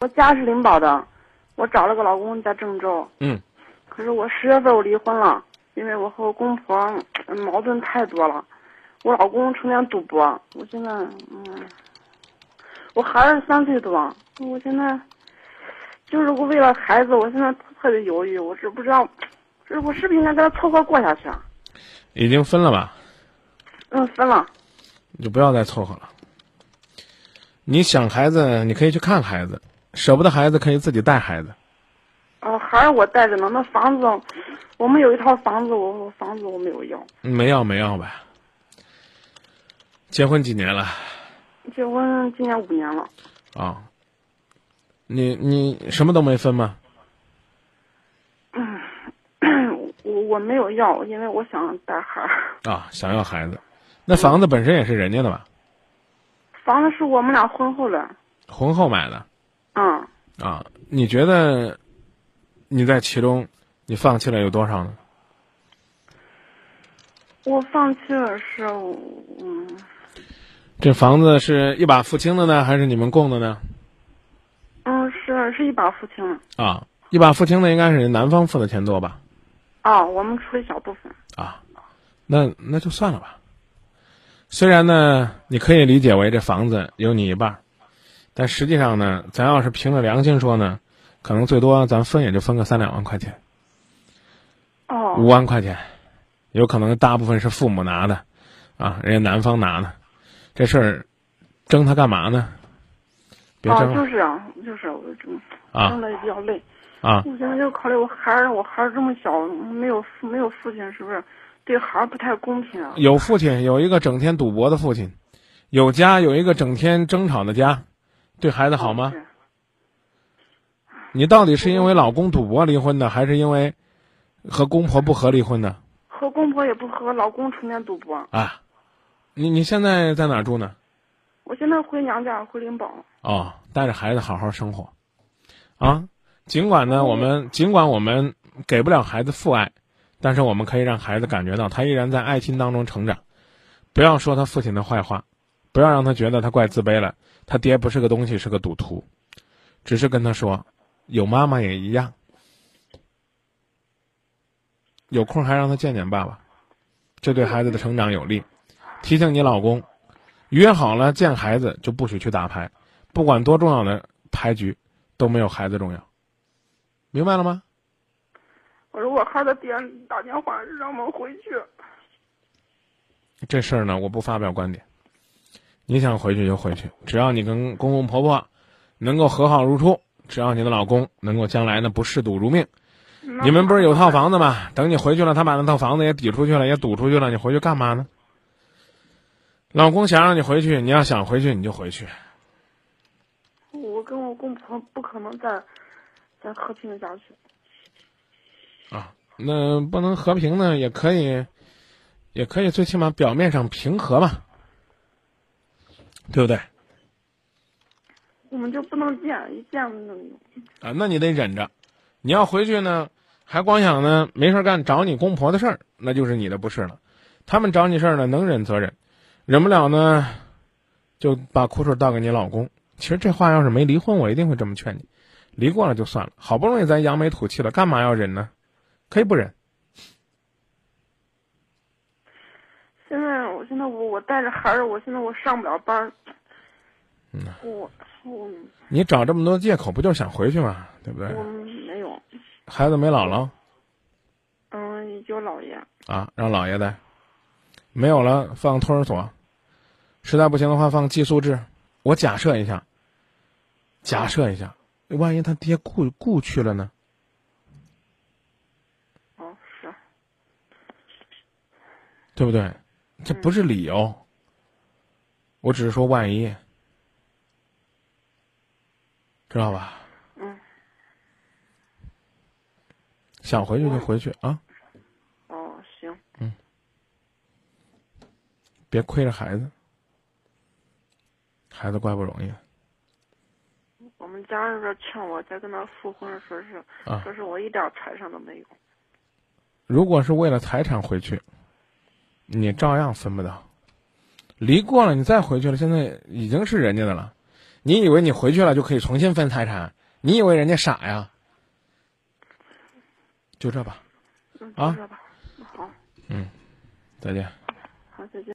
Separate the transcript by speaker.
Speaker 1: 我家是灵宝的，我找了个老公在郑州，
Speaker 2: 嗯，
Speaker 1: 可是我十月份我离婚了，因为我和我公婆嗯矛盾太多了，我老公成天赌博，我现在嗯，我孩子三岁多，我现在就是我为了孩子，我现在特别犹豫，我是不知道，是我是不是应该跟他凑合过下去啊？
Speaker 2: 已经分了吧，
Speaker 1: 嗯，分了，
Speaker 2: 你就不要再凑合了。你想孩子，你可以去看孩子，舍不得孩子可以自己带孩子。
Speaker 1: 呃，孩儿我带着呢，那房子，我们有一套房子，我我房子我没有要，
Speaker 2: 没要没要呗。结婚几年了
Speaker 1: 结婚今年五年了。
Speaker 2: 啊？你你什么都没分吗？
Speaker 1: 我我没有要，因为我想带孩儿。
Speaker 2: 啊，想要孩子，那房子本身也是人家的吧？
Speaker 1: 房子是我们俩婚后的，
Speaker 2: 婚后买的
Speaker 1: 嗯，
Speaker 2: 啊？你觉得你在其中你放弃了有多少呢？
Speaker 1: 我放弃了是，嗯，
Speaker 2: 这房子是一把付清的呢，还是你们供的呢？
Speaker 1: 嗯，是是一把付清，
Speaker 2: 啊，一把付清的应该是男方付的钱多吧？
Speaker 1: 啊，我们出一小部分，
Speaker 2: 啊，那那就算了吧。虽然呢，你可以理解为这房子有你一半儿，但实际上呢，咱要是凭着良心说呢，可能最多咱分也就分个三两万块钱，五
Speaker 1: 哦，
Speaker 2: 万块钱，有可能大部分是父母拿的，啊，人家男方拿的，这事儿争他干嘛呢？别
Speaker 1: 哦，
Speaker 2: 争了、
Speaker 1: 就是啊，就是我这
Speaker 2: 啊
Speaker 1: 挣的也比较累，
Speaker 2: 啊！
Speaker 1: 我现在就考虑我孩儿，我孩儿这么小，没有父没有父亲，是不是对孩儿不太公平啊？
Speaker 2: 有父亲，有一个整天赌博的父亲；有家，有一个整天争吵的家，对孩子好吗？
Speaker 1: 是
Speaker 2: 你到底是因为老公赌博离婚的，还是因为和公婆不和离婚的？
Speaker 1: 和公婆也不和，老公成天赌博。
Speaker 2: 啊，你你现在在哪儿住呢？
Speaker 1: 我现在回娘家，回灵宝。
Speaker 2: 哦，带着孩子好好生活，啊，尽管呢，我们尽管我们给不了孩子父爱，但是我们可以让孩子感觉到他依然在爱心当中成长，不要说他父亲的坏话，不要让他觉得他怪自卑了，他爹不是个东西，是个赌徒，只是跟他说，有妈妈也一样，有空还让他见见爸爸，这对孩子的成长有利。提醒你老公，约好了见孩子就不许去打牌。不管多重要的牌局，都没有孩子重要。明白了吗？
Speaker 1: 我说我孩儿的爹打电话让我们回去。
Speaker 2: 这事儿呢，我不发表观点。你想回去就回去，只要你跟公公婆婆能够和好如初，只要你的老公能够将来呢不嗜赌如命，你们不是有套房子吗？等你回去了，他把那套房子也抵出去了，也赌出去了，你回去干嘛呢？老公想让你回去，你要想回去你就回去。
Speaker 1: 我跟我公婆不可能再再和平的下去。
Speaker 2: 那不能和平呢，也可以，也可以，最起码表面上平和嘛，对不对？
Speaker 1: 我们就不能见，一见就
Speaker 2: 啊，那你得忍着。你要回去呢，还光想呢没事儿干找你公婆的事儿，那就是你的不是了。他们找你事儿呢，能忍则忍，忍不了呢，就把苦水倒给你老公。其实这话要是没离婚，我一定会这么劝你。离过了就算了，好不容易咱扬眉吐气了，干嘛要忍呢？可以不忍。
Speaker 1: 现在我现在我我带着孩儿，我现在我上不了班儿。
Speaker 2: 嗯
Speaker 1: 我我
Speaker 2: 你找这么多借口，不就是想回去吗？对不对？
Speaker 1: 我没有，
Speaker 2: 孩子没姥姥
Speaker 1: 嗯，有姥爷。
Speaker 2: 啊，让姥爷带。没有了，放托儿所。实在不行的话，放寄宿制。我假设一下，假设一下，万一他爹故故去了呢？
Speaker 1: 哦，是，
Speaker 2: 对不对？这不是理由。我只是说万一，知道吧？
Speaker 1: 嗯。
Speaker 2: 想回去就回去啊，
Speaker 1: 哦，行，
Speaker 2: 别亏着孩子。孩子怪不容易的。
Speaker 1: 我们家人说劝我再跟他复婚，说是、
Speaker 2: 啊
Speaker 1: 说是我一点财产都没有。
Speaker 2: 如果是为了财产回去，你照样分不到。离过了，你再回去了，现在已经是人家的了。你以为你回去了就可以重新分财产？你以为人家傻呀？就这吧，
Speaker 1: 嗯，
Speaker 2: 啊
Speaker 1: 就这吧，好，
Speaker 2: 再见。
Speaker 1: 好，再见。